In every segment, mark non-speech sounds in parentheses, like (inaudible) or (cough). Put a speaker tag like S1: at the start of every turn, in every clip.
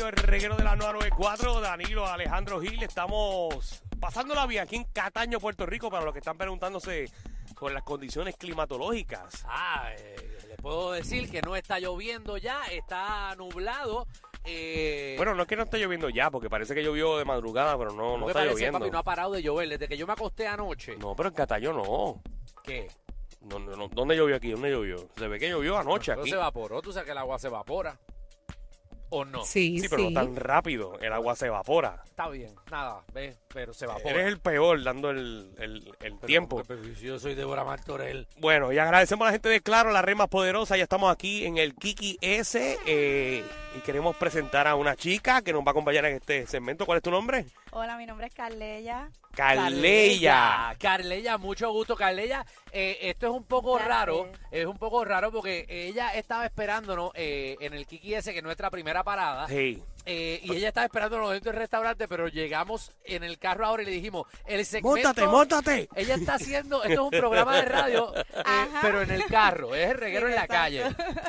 S1: El reguero de la 994, Danilo Alejandro Gil, estamos pasando la vía aquí en Cataño, Puerto Rico, para los que están preguntándose sobre las condiciones climatológicas.
S2: Ah, eh, le puedo decir que no está lloviendo ya, está nublado. eh,
S1: Bueno, no es que no esté lloviendo ya, porque parece que llovió de madrugada, pero no,
S2: lo
S1: no
S2: que
S1: está
S2: parece,
S1: lloviendo.
S2: papi, no ha parado de llover desde que yo me acosté anoche.
S1: No, pero en Cataño no.
S2: ¿Qué?
S1: No, no, no. ¿Dónde llovió aquí? ¿Dónde llovió? Se ve que llovió anoche
S2: No
S1: aquí.
S2: se evaporó, tú sabes que el agua se evapora. ¿O no?
S3: Sí,
S1: Sí,
S3: sí.
S1: pero no tan rápido. El agua se evapora.
S2: Está bien, nada, ves, pero se evapora.
S1: Eres el peor dando el, el- el tiempo.
S2: yo soy Débora Martorell.
S1: Bueno, y agradecemos a la gente de Claro, la red más poderosa. Ya estamos aquí en el Kiki S. eh, y queremos presentar a una chica que nos va a acompañar en este segmento. ¿Cuál es tu nombre?
S4: Hola, mi nombre es Carleya.
S1: Caleya.
S2: Carleya, mucho gusto, Carleya. eh, esto es un poco
S4: Gracias.
S2: raro, es un poco raro porque ella estaba esperándonos eh, en el Kiki S, que es nuestra primera parada.
S1: Sí.
S2: Eh, y ella estaba esperándonos dentro del restaurante, pero llegamos en el carro ahora y le dijimos, el segmento...
S1: ¡Móntate, móntate!
S2: Ella está haciendo, esto es un programa de radio, eh,
S4: Ajá.
S2: pero en el carro, es el reguero
S4: Sí,
S2: en la
S4: exacto.
S2: calle.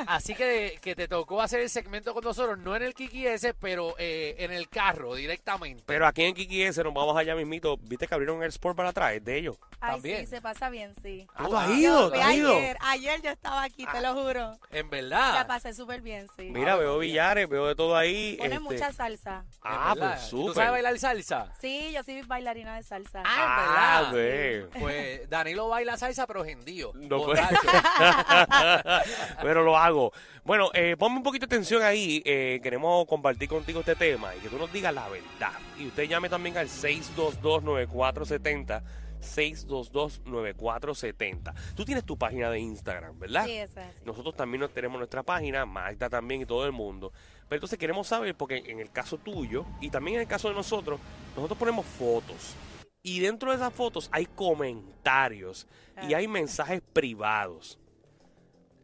S2: Así que, que te tocó hacer el segmento con nosotros, no en el Kiki S, pero eh, en el carro directamente.
S1: Pero aquí en Kiki S nos vamos allá mismito. ¿Viste que abrieron el Sport para atrás? Es de ellos.
S4: Ay,
S2: También.
S4: sí, se pasa bien, sí.
S1: Ah, tú has
S2: Ah,
S1: ido,
S4: Yo
S1: tú
S4: fui
S1: has ido.
S4: ayer, ayer yo estaba aquí, te lo juro.
S2: en
S4: La
S2: verdad.
S4: pasé súper bien, sí.
S1: Mira, veo billares, veo de todo ahí.
S4: Ponen
S1: este-
S4: mucha salsa.
S1: Ah,
S2: en verdad.
S1: pues
S2: ¿Tú sabes
S1: súper.
S2: bailar salsa?
S4: Sí, yo soy bailarina de salsa.
S2: Ah,
S1: Ah,
S2: en
S1: ve.
S2: verdad. Pues Danilo baila salsa, pero gendío.
S1: No, pues.
S2: borracho.
S1: (laughs) Pero lo hago. Bueno, eh, ponme un poquito de atención ahí. eh, queremos compartir contigo este tema y que tú nos digas la verdad. Y usted llame también al 622-9470. 622-9470. Tú tienes tu página de Instagram, ¿verdad?
S4: Sí, esa es así.
S1: Nosotros también nos- tenemos nuestra página, Magda también y todo el mundo. Pero entonces queremos saber, porque en el caso tuyo y también en el caso de nosotros, nosotros ponemos fotos. Y dentro de esas fotos hay comentarios y
S4: Ah.
S1: hay mensajes privados.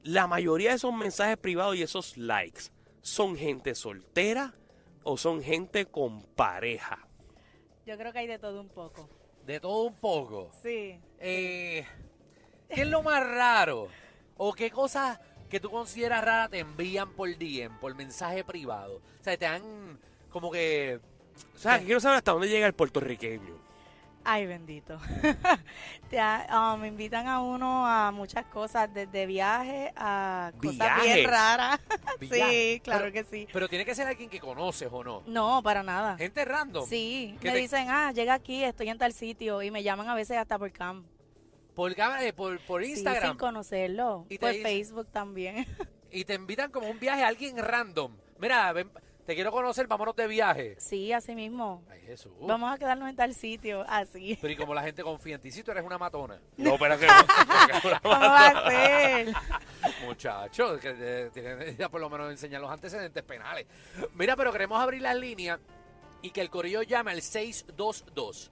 S1: La mayoría de esos mensajes privados y esos likes son gente soltera o son gente con pareja.
S4: Yo creo que hay de todo un poco.
S2: De todo un poco.
S4: Sí.
S2: Eh, ¿Qué es lo más raro? ¿O qué cosas que tú consideras raras te envían por DM, por mensaje privado? O sea, te han como que...
S1: O sea, que quiero saber hasta dónde llega el puertorriqueño.
S4: Ay, bendito. (laughs) Te ha- ah, me invitan a uno a muchas cosas, desde viajes a cosas
S1: Viajes.
S4: bien raras. (laughs)
S2: viaje.
S4: sí, claro
S2: Pero-
S4: que sí.
S2: Pero tiene que ser alguien que conoces o no.
S4: No, para nada.
S2: Gente random.
S4: Sí,
S2: ¿Qué
S4: me
S2: te-
S4: dicen, ah, llega aquí, estoy en tal sitio, y me llaman a veces hasta por cam.
S2: Por, cámara- eh, por, por
S4: Sí,
S2: Instagram.
S4: sin conocerlo.
S2: Y te
S4: por
S2: dice-
S4: Facebook también. (laughs)
S2: y te invitan como a un viaje a alguien random. Mira, ven, te quiero conocer, vámonos de viaje.
S4: Sí, así mismo.
S2: Ay, Jesús.
S4: Vamos a quedarnos en tal sitio,
S2: (laughs)
S4: así. (laughs)
S2: Pero y como la gente confía en ti, si tú eres una matona.
S1: No, pero que
S4: ¿Cómo va a ser?
S2: Muchachos, que eh, tienen (laughs) ya por lo menos enseñar los antecedentes penales. Mira, pero queremos abrir las líneas y que el correo llame al 622.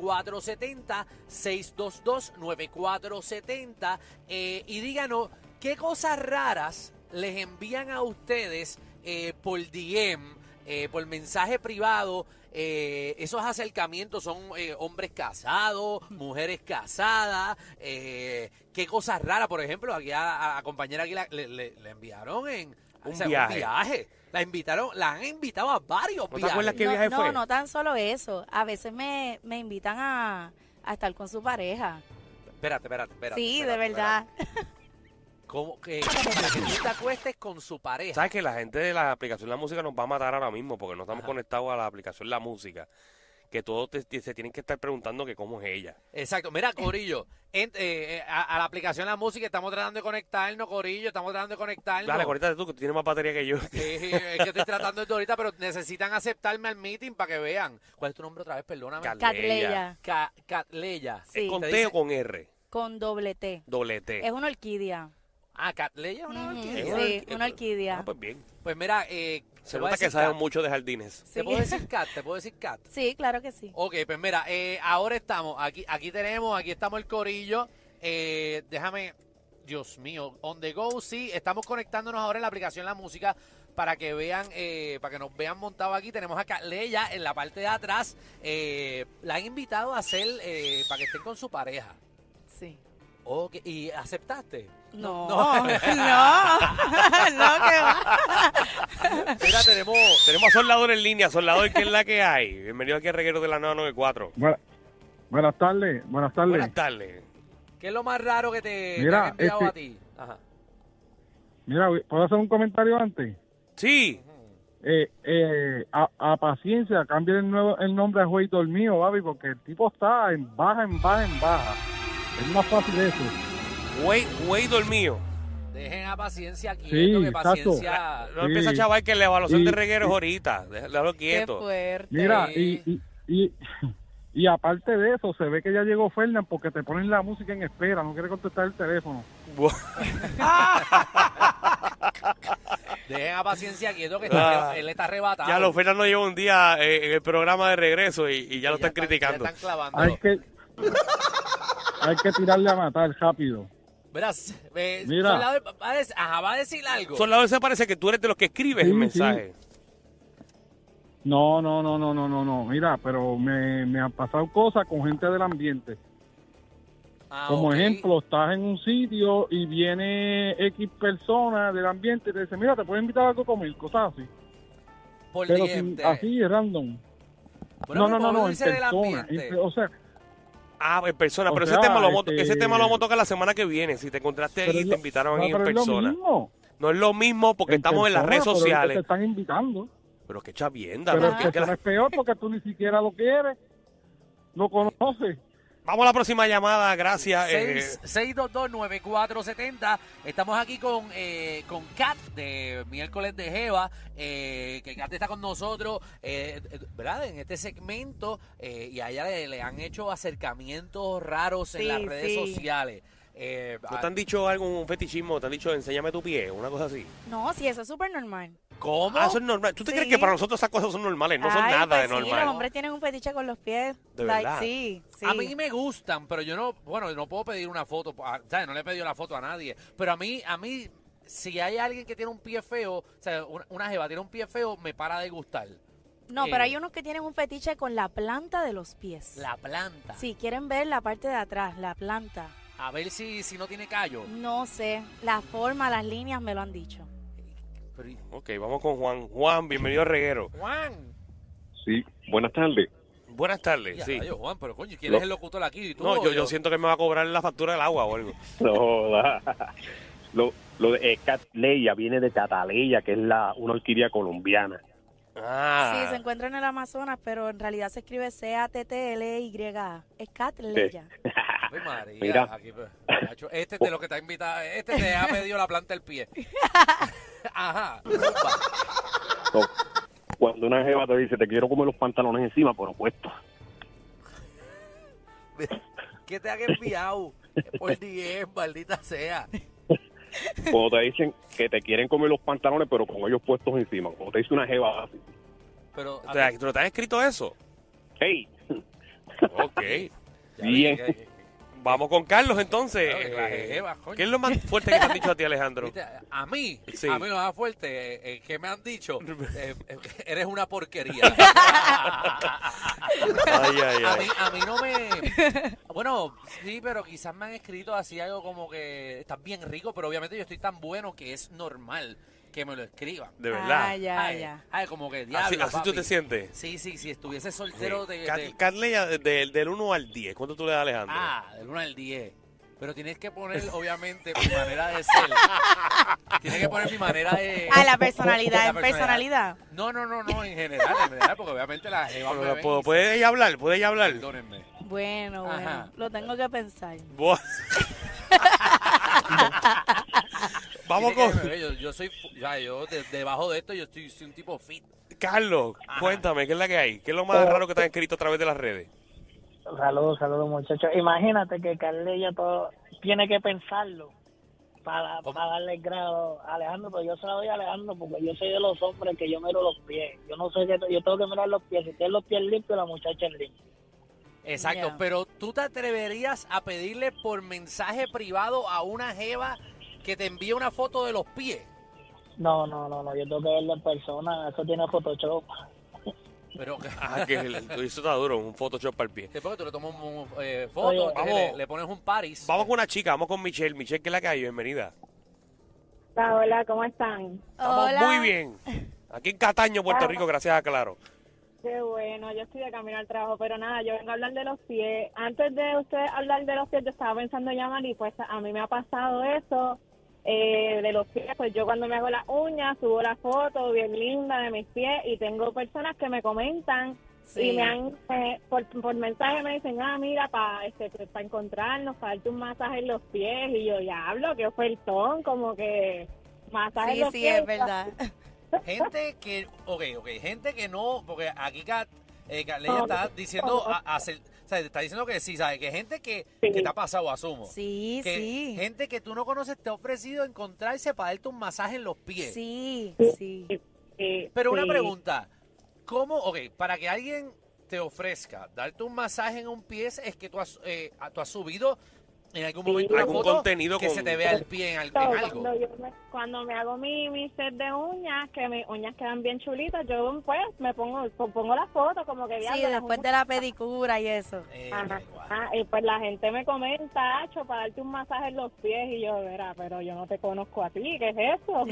S2: 9470 622 9470 eh, y díganos qué cosas raras les envían a ustedes eh, por DM, eh, por mensaje privado. eh, esos acercamientos son eh, hombres casados, mujeres casadas. eh, qué cosas raras, por ejemplo, aquí a, a- a compañera aquí la- le, le- le enviaron en
S1: Un viaje.
S2: viaje. La invitaron, la han invitado a varios
S1: te
S2: viajes.
S1: acuerdas ¿Qué
S4: no,
S1: viaje
S4: no,
S1: fue?
S4: no tan solo eso. A veces me, me invitan a, a estar con su pareja.
S2: Espérate, espérate, espérate.
S4: sí, de
S2: espérate,
S4: verdad.
S2: espérate. ¿Cómo que, que tú te acuestes con su pareja?
S1: ¿Sabes que la gente de la aplicación La Música nos va a matar ahora mismo porque no estamos
S2: Ajá.
S1: conectados a la aplicación La Música? Que todos te- te- se tienen que estar preguntando que cómo es ella.
S2: Exacto, mira Corillo, en- eh, eh, a, a la aplicación La Música estamos tratando de conectarnos, Corillo, estamos tratando de conectarnos.
S1: Dale, conéctate tú que tú tienes más batería que yo.
S2: Eh, eh, es que estoy tratando esto ahorita, pero necesitan aceptarme al meeting para que vean. ¿Cuál es tu nombre otra vez? Perdóname.
S1: Cal- Leia.
S4: Catleya,
S2: Ca- Catleya.
S4: Sí.
S1: ¿Es con
S2: Te
S1: T
S2: dice-
S1: o con R?
S4: con doble T.
S1: Doble
S4: Es
S1: T.
S4: una orquídea.
S2: Ah, Catleya, una
S4: Ujú,
S2: orquídea.
S1: Es una
S4: Sí,
S1: orquí-
S4: una orquídea.
S1: Ah, pues bien.
S2: Pues mira, eh,
S1: Se
S2: te voy a
S1: nota que
S2: decir
S1: saben
S2: Cat.
S1: mucho de jardines.
S2: Te
S4: Sí.
S2: puedo decir Cat, te puedo decir Cat.
S4: (laughs) Sí, claro que sí.
S2: Ok, pues mira, eh, ahora estamos, aquí, aquí tenemos, aquí estamos el corillo. eh, déjame, Dios mío, on the go, sí, estamos conectándonos ahora en la aplicación La Música para que vean, eh, para que nos vean montado aquí. Tenemos a Leia en la parte de atrás. eh, la han invitado a hacer eh, para que estén con su pareja.
S4: Sí.
S2: Ok, ¿Y aceptaste?
S4: No, no, (laughs) no, que va.
S2: (laughs) Mira, tenemos...
S1: Tenemos a Soldador en línea. Soldador, ¿qué es la que hay? Bienvenido aquí a Reguero de la 994.
S3: Buena- buenas tardes, buenas tardes.
S1: Buenas tardes.
S2: ¿Qué es lo más raro que te, te
S3: Mira,
S2: han enviado
S3: este-
S2: a ti? Ajá.
S3: Mira, ¿puedo hacer un comentario antes?
S1: Sí.
S3: Eh, eh, a, a paciencia, cambien el, nuevo, el nombre a Juey Dormido, Babi, porque el tipo está en baja, en baja, en baja. Es más fácil eso.
S1: Güey, güey dormido.
S2: Dejen a paciencia quieto,
S3: Sí,
S2: que
S3: exacto.
S2: paciencia...
S1: No
S3: Sí.
S1: empieza, chaval, que la evaluación
S3: Y-
S1: de reguero es ahorita. Déjalo
S4: Qué
S1: quieto.
S4: fuerte.
S3: Mira,
S2: Sí.
S3: y, y, y, y aparte de eso, se ve que ya llegó Fernan porque te ponen la música en espera, no quiere contestar el teléfono.
S2: Dejen a paciencia quieto,
S1: Ah.
S2: que está, él está arrebatado.
S1: Ya lo Fernando lleva un día eh, en el programa de regreso y, y ya lo
S2: Y ya
S1: están criticando.
S2: Ya están clavándolo.
S3: Hay que, hay que tirarle a matar rápido.
S2: Verás, eh,
S3: Mira.
S2: Soldado, va a dec- ajá, va a decir algo.
S1: Soldador, se parece que tú eres de los que escribes
S3: Sí,
S1: el
S3: sí.
S1: mensaje.
S3: No, no, no, no, no, no, no. Mira, pero me, me han pasado cosas con gente del ambiente.
S2: Ah,
S3: Como
S2: ok.
S3: ejemplo, estás en un sitio y viene X persona del ambiente y te dice, mira, te puedo invitar a algo a comer, cosas así.
S2: Por
S3: Pero sin-
S2: diente.
S3: así, random.
S2: Bueno,
S3: no, no,
S2: como
S3: no, no, en
S2: dice del
S3: persona.
S2: ambiente.
S3: en- o sea,
S1: Ah, en persona.
S3: O
S1: Pero ese
S3: sea,
S1: tema lo vamos,
S3: este-
S1: ese tema lo vamos a tocar la semana que viene. Si te encontraste
S3: pero
S1: ahí,
S3: es
S1: te
S3: lo-
S1: invitaron
S3: no,
S1: ahí en
S3: pero es lo
S1: persona.
S3: mismo.
S1: No es lo mismo porque estamos en las redes
S3: persona, pero es que
S1: sociales.
S3: Te están invitando.
S1: Pero qué chavienda.
S3: Pero
S1: ¿no?
S3: en
S1: Que- que la-
S3: persona es peor porque tú ni siquiera lo quieres. Lo conoces.
S1: Vamos a la próxima llamada. Gracias. eh,
S2: Seis- 6229470. Estamos aquí con, eh, con Kat de Miércoles de Jeva, eh, que Kat está con nosotros, eh, eh, ¿verdad? En este segmento eh, y a ella le, le han hecho acercamientos raros en
S4: Sí,
S2: las redes
S4: sí.
S2: sociales. Eh,
S1: ¿No te han dicho algo, un fetichismo? ¿Te han dicho enséñame tu pie? Una cosa así.
S4: No, sí, eso es súper normal.
S2: ¿Cómo?
S1: Ah, eso es normal. ¿Tú te
S4: Sí.
S1: crees que para nosotros esas cosas son normales? No son
S4: Ay,
S1: nada de
S4: pues sí,
S1: normal.
S4: los hombres tienen un fetiche con los pies.
S1: ¿De
S4: Like,
S1: verdad?
S4: Sí, sí.
S2: A mí me gustan, pero yo no, bueno, no puedo pedir una foto, pa- ¿sabes? No le he pedido la foto a nadie, pero a mí, a mí, si hay alguien que tiene un pie feo, o sea, una, una jeva tiene un pie feo, me para de gustar.
S4: No, pero
S2: Eh.
S4: hay unos que tienen un fetiche con la planta de los pies.
S2: La planta.
S4: Sí, quieren ver la parte de atrás, la planta.
S2: A ver si, si no tiene callo.
S4: No sé, la forma, las líneas me lo han dicho.
S2: Pero y-
S1: Ok, vamos con Juan. Juan, bienvenido a Reguero.
S2: Juan.
S5: Sí, buenas tardes.
S1: Buenas tardes.
S2: Ya,
S1: Eh, Sí.
S2: rayos, Juan, pero coño, ¿quién
S5: Lo-
S2: es el locutor aquí? ¿Y tú
S1: No,
S2: o
S1: yo, yo siento que me va a cobrar la factura del agua o algo.
S5: (laughs) No, la- lo, lo de eh, Catleya viene de Cataleya, que es la una orquídea colombiana.
S1: Ah.
S4: Sí, se encuentra en el Amazonas, pero en realidad se escribe C-A-T-T-L-Y-A. Es Catleya.
S2: Ay, María,
S5: Mira.
S2: aquí, pues, muchacho, este es de lo que te ha invitado. Este te ha pedido la planta del (laughs) pie.
S1: (laughs)
S2: Ajá. zumba.
S5: No, cuando una jeva te dice, te quiero comer los pantalones encima, pero puesto.
S2: ¿Qué te han enviado? Por 10, maldita sea.
S5: Cuando te dicen que te quieren comer los pantalones, pero con ellos puestos encima. Cuando te dice una jeva así,
S2: Pero.
S1: O sea, ¿Te, lo te han escrito eso?
S5: hey,
S1: Ok.
S2: Ya
S1: (laughs)
S2: vi
S5: bien.
S2: que-
S1: Vamos con Carlos entonces.
S2: Claro, que la
S1: Eh,
S2: jeva, coño.
S1: ¿Qué es lo más fuerte que te han dicho a ti,
S2: (laughs)
S1: Alejandro?
S2: Viste, A mí,
S1: Sí.
S2: a mí lo más fuerte eh, eh, que me
S1: (laughs)
S2: han dicho, eh, eh, eres una porquería.
S1: Ay, ay,
S2: A
S1: ay.
S2: mí, a mí no me... Bueno, sí, pero quizás me han escrito así algo como que estás bien rico, pero obviamente yo estoy tan bueno que es normal que me lo escriban.
S1: De verdad.
S4: Ah, ya,
S2: Ay,
S4: ya.
S2: ay, como que
S1: así
S2: diablo,
S1: así tú
S2: papi".
S1: te sientes.
S2: Sí, sí, si estuviese soltero de... de-
S1: Car- Carleya, de- de- del 1 al 10, ¿cuánto tú le das a Alejandro?
S2: Ah, del 1 al 10. Pero tienes que poner, obviamente, mi manera de ser. Tienes que poner mi manera de...
S4: Ah, la personalidad,
S2: Eh, La
S4: en personalidad.
S2: No, no, no, no, en general, en general, porque obviamente la jeva me
S1: Pero,
S2: ven
S1: ¿puedo-
S2: y-
S1: ¿Puede ella hablar? ¿Puede ella hablar?
S2: Perdónenme.
S4: Bueno, bueno,
S2: Ajá.
S4: lo tengo que pensar.
S2: (laughs)
S1: Bu- Vamos
S2: Tiene que
S1: con
S2: ver, Yo, yo soy, fu- ya, yo de- debajo de esto, yo estoy, soy un tipo fit.
S1: Carlos. Cuéntame, ¿qué es la que hay? ¿Qué es lo más raro que te han escrito a través de las redes?
S6: Saludos, saludos muchachos. Imagínate que Carlella todo tiene que pensarlo para,
S2: ¿Cómo?
S6: para darle el grado a Alejandro, pero yo se la doy a Alejandro porque yo soy de los hombres que yo miro los pies. Yo no sé que yo tengo que mirar los pies. Si tienes los pies limpios, la muchacha es limpia.
S2: Exacto,
S4: Ya.
S2: pero tú te atreverías a pedirle por mensaje privado a una jeva que te envíe una foto de los pies.
S6: No, no, no, no. Yo tengo que verlo en persona. Eso tiene Photoshop.
S2: Pero que- (laughs)
S1: Ah, que el- eso está duro, un Photoshop para el pie.
S2: después que tú le tomas un, un, eh, foto,
S6: Oye,
S2: entonces
S1: vamos.
S2: le, le pones un Paris.
S1: Vamos con una chica, vamos con Michelle. Michelle, que es la que hay, bienvenida.
S7: Hola, hola, ¿cómo están?
S1: Estamos
S4: Hola.
S1: muy bien. Aquí en Cataño, Puerto Rico, gracias a Claro.
S7: Qué bueno, yo estoy de camino al trabajo, pero nada, yo vengo a hablar de los pies. Antes de usted hablar de los pies, yo estaba pensando llamar y pues a mí me ha pasado eso eh, de los pies. Pues yo cuando me hago las uñas, subo la foto bien linda de mis pies y tengo personas que me comentan
S4: Sí.
S7: y me han, eh, por, por mensaje me dicen, ah, mira, para este, para encontrarnos, para darte un masaje en los pies. Y yo, diablo, qué ofertón, como que masaje en
S4: Sí,
S7: los
S4: sí,
S7: pies.
S4: es verdad.
S2: Gente que, ok, ok, gente que no, porque aquí Kat, eh, Kat Leia está diciendo, a- a hacer- o sea, está diciendo que sí, ¿sabes? Que gente que, que te ha pasado, asumo.
S4: Sí,
S2: que
S4: sí.
S2: gente que tú no conoces te ha ofrecido encontrarse para darte un masaje en los pies.
S4: Sí, sí.
S7: Sí,
S2: Pero una
S7: sí.
S2: pregunta, ¿cómo, ok, para que alguien te ofrezca darte un masaje en un pie es que tú has, eh, tú has subido en algún momento una
S1: Algún
S2: foto
S1: contenido
S2: que
S1: con-
S2: se te vea el pie en, al- en algo?
S7: Cuando, yo me, cuando me hago mi, mi set de uñas, que mis uñas quedan bien chulitas, yo pues me pongo pues, pongo la foto como que
S4: Sí,
S7: diablo, las
S4: después de
S7: uñas-
S4: la pedicura y eso.
S2: Eh,
S7: Ajá.
S2: guau.
S7: Ah, y pues la gente me comenta, Acho, para darte un masaje en los pies, y yo, verá, pero yo no te conozco a ti, ¿qué es eso?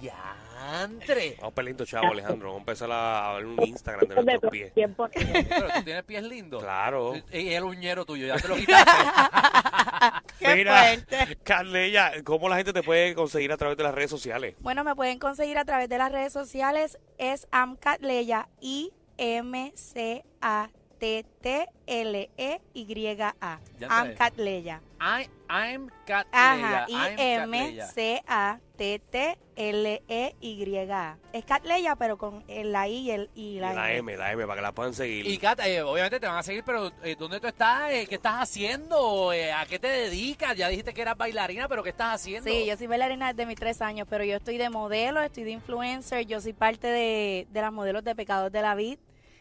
S2: ¡Diantre!
S1: Vamos peleando, chavo, Alejandro. Vamos a empezar a a ver un Instagram de
S7: (laughs)
S1: nuestros pies.
S7: Bien bonito.
S2: Pero tú tienes pies lindos.
S1: Claro.
S2: Y el uñero tuyo, ya
S1: (laughs)
S2: te lo quitaste.
S4: ¡Qué
S1: Mira,
S4: fuerte!
S1: Carleya, ¿cómo la gente te puede conseguir a través de las redes sociales?
S4: (laughs) Bueno, me pueden conseguir a través de las redes sociales. Es Amcatleya, I-M-C-A-T-T-L-E-Y-A.
S2: Ya está.
S4: E Amcatleya.
S2: I- I'm Cat Leia,
S4: Ajá,
S2: I'm Cat Leia.
S4: I-M-C-A-T-T-L-E-Y-A. E Es Catleya, pero con el- la I y, el, y la, E.
S1: La
S4: M.
S1: M, la M, para que la puedan seguir.
S2: Y Kat, eh, obviamente te van a seguir, pero eh, ¿dónde tú estás? Eh, ¿Qué estás haciendo? Eh, ¿A qué te dedicas? Ya dijiste que eras bailarina, pero ¿qué estás haciendo?
S4: Sí, yo soy bailarina desde mis tres años, pero yo estoy de modelo, estoy de influencer, yo soy parte de, de las modelos de Pecados de la Vid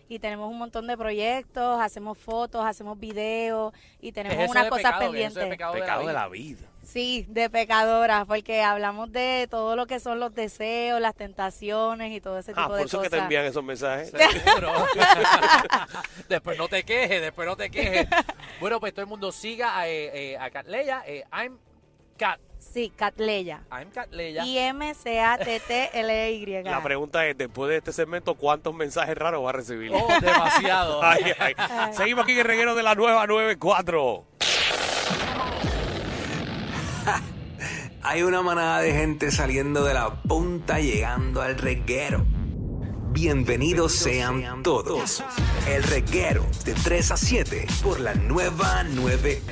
S4: y tenemos un montón de proyectos, hacemos fotos, hacemos videos y
S2: ¿Qué
S4: tenemos
S2: eso
S4: unas
S2: de
S4: cosas
S2: pecado? ¿Qué es eso
S4: pendientes.
S2: de pecado,
S1: Pecado de
S2: vida?
S1: la vida.
S4: Sí, de pecadoras, porque hablamos de todo lo que son los deseos, las tentaciones y todo ese tipo
S1: Ah, por
S4: de
S1: eso
S4: cosas.
S1: es que te envían esos mensajes.
S2: (laughs) Seguro. (laughs) después no te quejes, después no te
S4: (laughs)
S2: quejes. Bueno, pues todo el mundo siga a, eh, eh, a Cat Leia, eh, I'm Cat,
S4: Sí, Catleya.
S2: I'm Cat Leia.
S4: I-M-C-A-T-T-L-Y.
S1: La pregunta es, después de este segmento, ¿cuántos mensajes raros va a recibir?
S2: Oh,
S1: (laughs)
S2: demasiado.
S1: Ay, ay. Seguimos aquí en el reguero de la nueva 94.
S8: Hay una manada de gente saliendo de la punta llegando al reguero. Bienvenidos sean todos. El reguero de 3 a 7 por la nueva 94.